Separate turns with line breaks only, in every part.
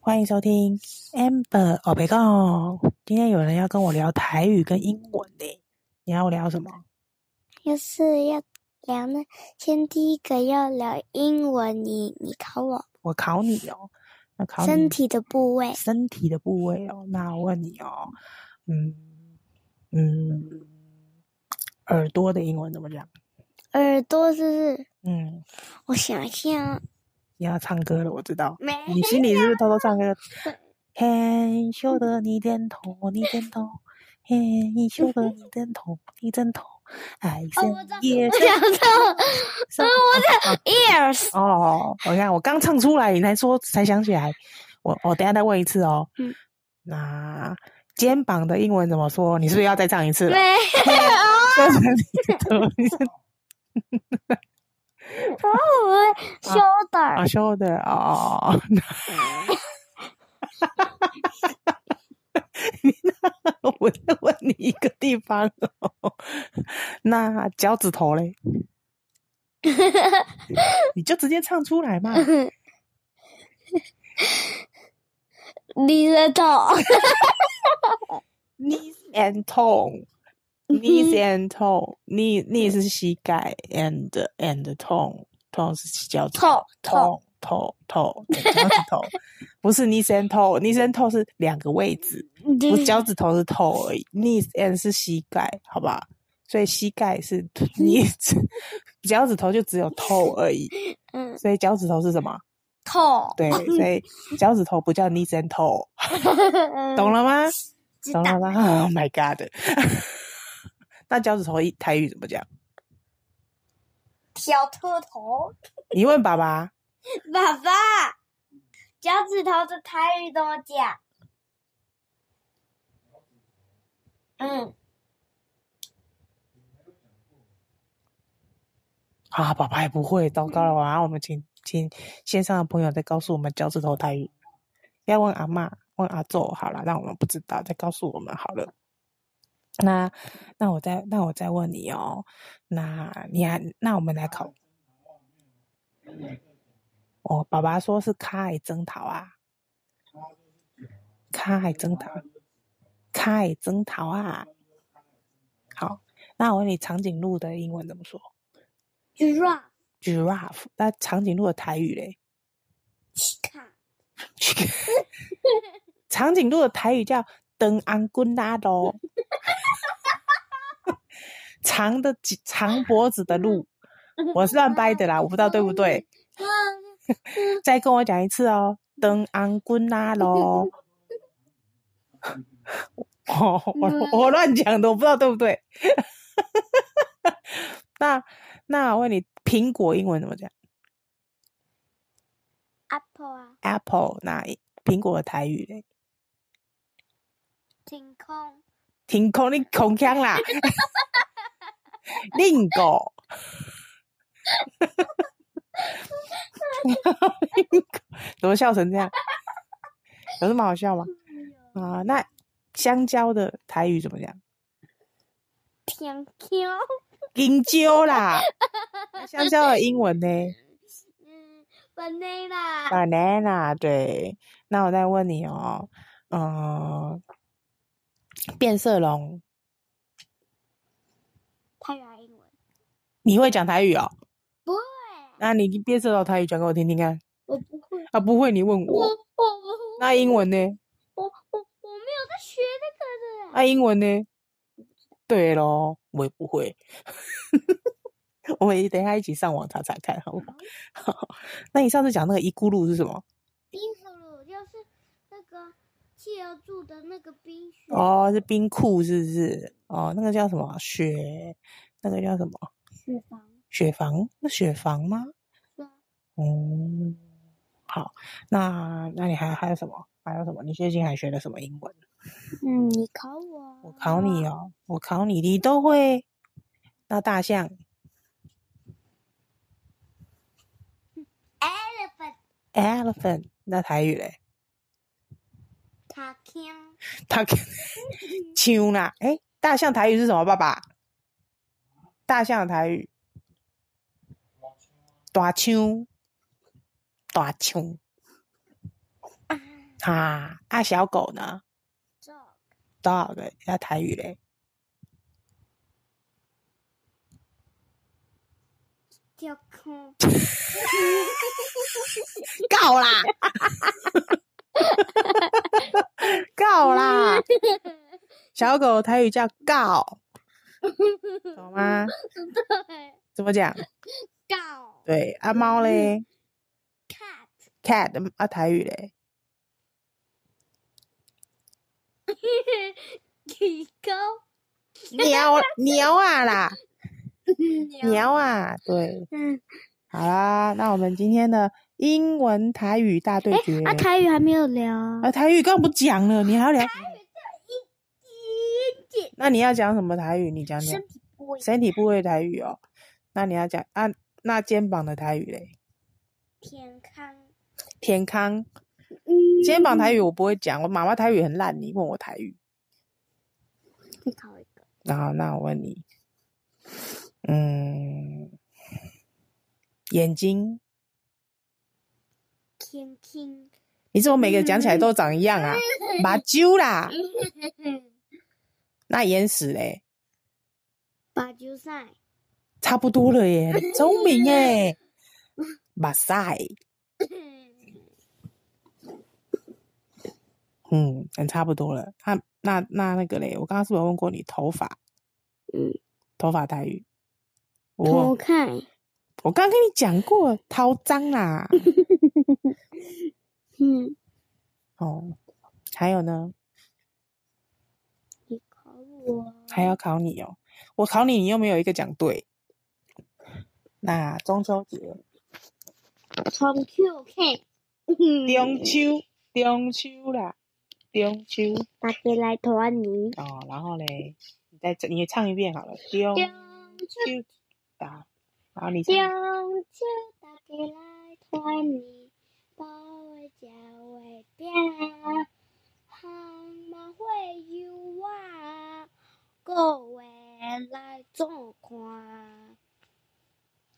欢迎收听 Amber 哦，别告！今天有人要跟我聊台语跟英文呢，你要我聊什么？
就是要聊呢，先第一个要聊英文，你你考我
我考你哦，那考你
身体的部位，
身体的部位哦。那我问你哦，嗯嗯，耳朵的英文怎么讲？
耳朵是不是？
嗯，
我想一下啊，
你要唱歌了，我知道。
没
你心里是不是偷偷唱 歌？嘿，羞的你点头，你点头。嘿，羞的你点头，你点头。爱
哦
生
我知道
夜
我想到
深，
哦
我
ears，
啊哦，我看我刚唱出来，你才说才想起来。我我等一下再问一次哦。
嗯
那肩膀的英文怎么说？你是不是要再唱一 次了？
没有，
就是你的你是
哦我 shoulder，
啊，修的哦哦哦。 那我再问你一个地方哦，那脚趾头嘞？你就直接唱出来嘛。
你的头，
knees and toe。knees and toe，knee knee 是膝盖，and and toe toe 是脚趾
头
头
头
头头对脚趾头，不是 knees and toe，knees and toe 是两个位置，我
嗯
脚趾头是头而已，knees and 是膝盖，好吧？所以膝盖是 knees，脚趾头就只有头而已，
嗯，
所以脚趾头是什么？
头，
对，所以脚趾头不叫 knees and toe，懂
了，
了吗？
知
懂
道
了吗？Oh my god！那脚趾头一台语怎么讲？
小秃头，
你问爸爸，
爸爸，脚趾头的台语怎么讲？嗯，
啊，爸爸也不会，糟糕了！晚安，我们请请线上的朋友再告诉我们脚趾头台语，要问阿妈，问阿昼好了，让我们不知道再告诉我们好了。那那我再那我再问你哦，那你还那我们来考，哦，爸爸说是卡海征讨啊，卡海征讨，卡海征讨啊。好，那我问你长颈鹿的英文怎么说？
就是
giraffe，那长颈鹿的台语嘞？
去看，
长颈鹿的台语叫“登安滚拉喽”，长的颈长脖子的鹿，我是乱掰的啦，我不知道对不对。
嗯
再跟我讲一次哦，“登安滚拉喽”。哦， 我我乱讲的，我不知道对不对。 那那我问你，苹果英文怎么讲
apple 啊，
？Apple，那苹果的台语嘞？
晴空，
挺空，你空腔啦， 令狗，令狗， 怎么笑成这样？有这么好笑吗？啊，那香蕉的台语怎么讲？
天空，
香蕉啦，那香蕉的英文呢
嗯，banana，
？banana。对，那我再问你哦，嗯、变色龙，
台语还是英文，
你会讲台语哦？
不会，
那你变色龙台语讲给我听听看。
我不会，
啊，不会，你问
我
我。
我不会，
那英文呢？
我我我没有在学那个的，
那英文呢？对咯，我也不会。 我们等一下一起上网查查看，好不好？好。 那你上次讲那个一咕噜是什么？
冰河鲁就是那个企鹅住的那个冰雪，
哦，是冰库是不是？哦，那个叫什么雪？那个叫什么
雪房，
雪房？那雪房吗？
是啊
嗯，好。那那你还还有什么？还有什么？你最近还学了什么英文？
嗯，你考我，
我考你，哦，我考你，你都会。那大象
elephant，
elephant，那台语嘞？
卡腔，
他给秋啦，哎、大象台语是什么？爸爸，大象的台语，大秋，大秋，
啊。
啊，啊，小狗呢
这
？dog 要台语嘞，
就空
够啦，够啦，小狗台语叫告，懂吗？
对
怎么讲？
告
对，啊，猫嘞
cat
，cat 啊，台语嘞，
狗狗
鸟鸟啊啦，鸟啊，对，
嗯，
好啦，那我们今天的英文台语大对决，
啊，台语还没有聊啊
啊，台语刚刚不讲了，你还要聊？
一点
那你要讲什么台语？你讲讲
身体部位
身体部位台语哦。那你要讲啊，那肩膀的台语嘞？
健康，
田康，
嗯，
肩膀台语我不会讲，我妈妈台语很烂，你问我台语。
你考一个，
然后那我问你，嗯，眼睛，
天听，
你怎么每个讲
嗯
起来都长一样啊？马啾啦，那眼屎嘞，
把球赛，
差不多了 耶，很聪明 耶，马赛，嗯，很差不多了。那那那那个嘞，我刚刚是不是有问过你头发？
嗯，
头发待遇，
偷
我
看，
我刚跟你讲过，掏脏啦。
嗯，
哦，还有呢，
你考我，
还要考你哦。我考你，你又没有一个讲对。那中秋节，
从 Q 看，
中秋，中秋啦，中秋
大家来投啊你，
哦。然后嘞，你再你唱一遍好了，中
中秋，
秋啊，然后你
中
唱
秋，大家来投啊你，包的食的饼，项目会有我，各位来做看。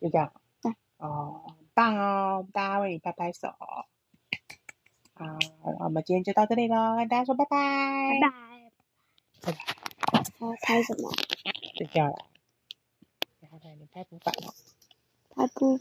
就这样
对。
哦，很棒哦，大家为你拍拍手。好，那我们今天就到这里喽，跟大家说拜拜。
拜拜。还要拍什么？
睡觉了，然后呢，你拍不反哦。
拍不